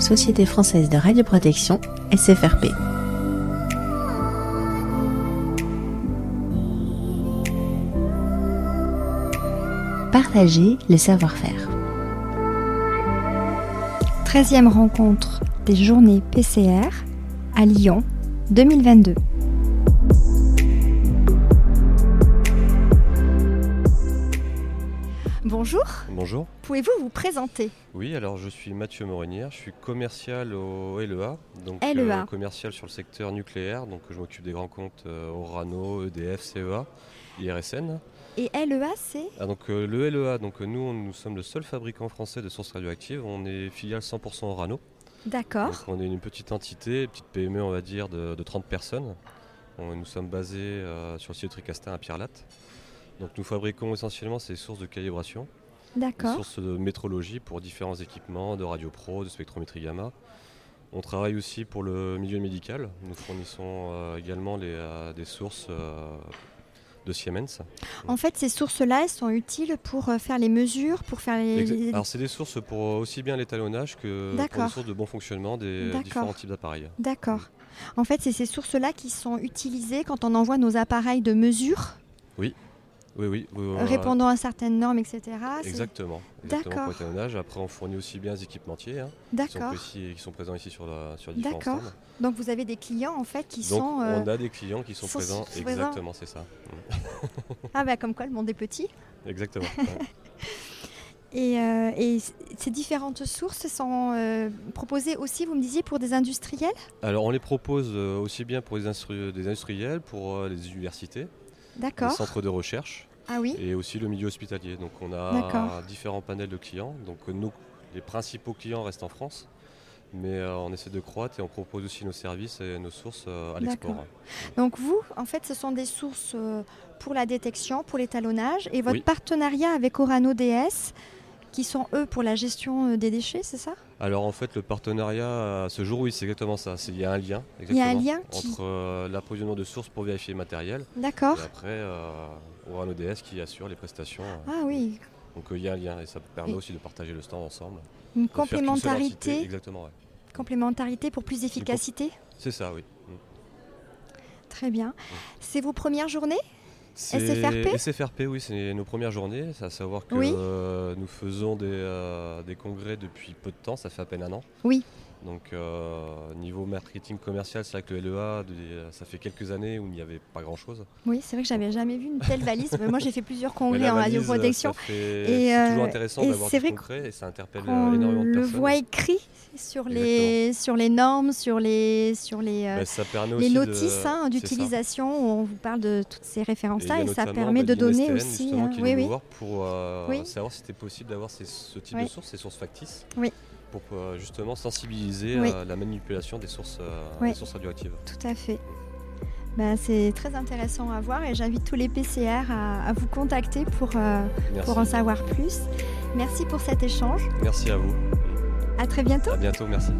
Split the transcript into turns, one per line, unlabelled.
Société française de radioprotection, SFRP. Partager le savoir-faire.
13e rencontre des journées PCR à Lyon 2022. Bonjour,
Bonjour.
pouvez-vous vous présenter
Oui, alors je suis Mathieu Morinière, je suis commercial au LEA, donc euh,
LEA.
commercial sur le secteur nucléaire, donc je m'occupe des grands comptes euh, Orano, EDF, CEA, IRSN.
Et LEA, c'est
Ah, donc euh, le LEA, donc euh, nous, on- nous sommes le seul fabricant français de sources radioactives, on est filiale 100% Orano, donc
D'accord.
on est une petite entité, une petite PME on va dire de, de 30 personnes. On- nous sommes basés euh, sur le site de Tricastin à Pierrelatte. Donc nous fabriquons essentiellement ces sources de calibration. des
D'accord.
sources de métrologie pour différents équipements, de radio pro, de spectrométrie gamma. On travaille aussi pour le milieu médical. Nous fournissons euh, également les, euh, des sources euh, de Siemens.
En fait, ces sources-là, elles sont utiles pour euh, faire les mesures, pour faire les...
Exa- Alors c'est des sources pour euh, aussi bien l'étalonnage que pour
D'accord.
des sources de bon fonctionnement des
D'accord.
différents types d'appareils.
D'accord. En fait, c'est ces sources-là qui sont utilisées quand on envoie nos appareils de mesure,
Oui, oui. oui, oui,
euh,
voilà.
répondant à certaines normes, etc. C'est-
Exactement. Exactement
D'accord.
pour l'étalonnage. Après, on fournit aussi bien des équipementiers hein, qui, sont
D'accord.
ici- qui sont présents ici sur, la, sur différents
D'accord.
stands.
Donc vous avez des clients en fait qui
Donc,
sont... euh,
on a des clients qui sont,
sont
présents.
sur- présents.
Exactement, c'est ça.
Ah bah comme quoi le monde est petit.
Exactement. ouais.
Et, euh, et c- ces différentes sources sont euh, proposées aussi, vous me disiez, pour des industriels
Alors on les propose euh, aussi bien pour les instru- des industriels, pour euh, les universités, les
D'accord.
centres de recherche
Ah oui,
et aussi le milieu hospitalier. Donc on
D'accord.
a différents panels de clients. Donc euh, nous, les principaux clients restent en France, mais euh, on essaie de croître et on propose aussi nos services et nos sources euh, à l'export.
D'accord. donc vous, en fait, ce sont des sources euh, pour la détection, pour l'étalonnage, et votre
Oui.
partenariat avec Orano DS, qui sont eux pour la gestion euh, des déchets, c'est ça
Alors en fait le partenariat, euh, ce jour oui c'est exactement ça. C'est- Il y a un lien,
Il y a un
exactement,
lien qui- Oh.
entre euh, l'approvisionnement de sources pour vérifier le matériel
D'accord.
et après euh, Orano DS qui assure les prestations. euh.
Ah oui,
Donc euh, il y a un lien et ça permet
Et-
aussi de partager le stand ensemble.
une
de faire qu'une seule entité,
complémentarité,
Exactement, ouais.
complémentarité pour plus d'efficacité.
c'est ça, oui.
Très bien. C'est vos premières journées
C'est-
SFRP?
SFRP, oui, c'est nos premières journées. C'est à savoir que
Oui.
euh, nous faisons des, euh, des congrès depuis peu de temps, ça fait à peine un an.
Oui.
Donc, euh, niveau marketing commercial, c'est vrai que le LEA, des- ça fait quelques années où il n'y avait pas grand chose.
Oui, c'est vrai que j'avais jamais vu une telle valise. mais Moi, j'ai fait plusieurs congrès en
protection
radioprotection. Et,
C'est toujours
euh,
intéressant
et
d'avoir
c'est
des
vrai
congrès et ça interpelle
On
euh, énormément de
le
personnes.
voit écrit sur les, sur les normes, sur les, sur les, euh,
Bah, ça permet
les
aussi de-
notices hein,
c'est ça.
d'utilisation où on vous parle de toutes ces références-là et,
il y a
ça
notamment,
permet de
bah,
donner
l'INSTN,
aussi.
justement,
hein,
qui est
oui,
venu
oui.
nous voir pour euh,
Oui.
savoir si c'était possible d'avoir ces- ce type
Oui.
de sources, ces sources factices,
Oui.
pour euh, justement sensibiliser
Oui.
à la manipulation des sources, euh,
Oui.
des sources radioactives.
Tout à fait. Ben, c'est très intéressant à voir et j'invite tous les PCR à, à vous contacter pour, euh,
Merci.
pour en savoir plus. Merci pour cet échange.
Merci à vous.
À très bientôt.
À bientôt, merci.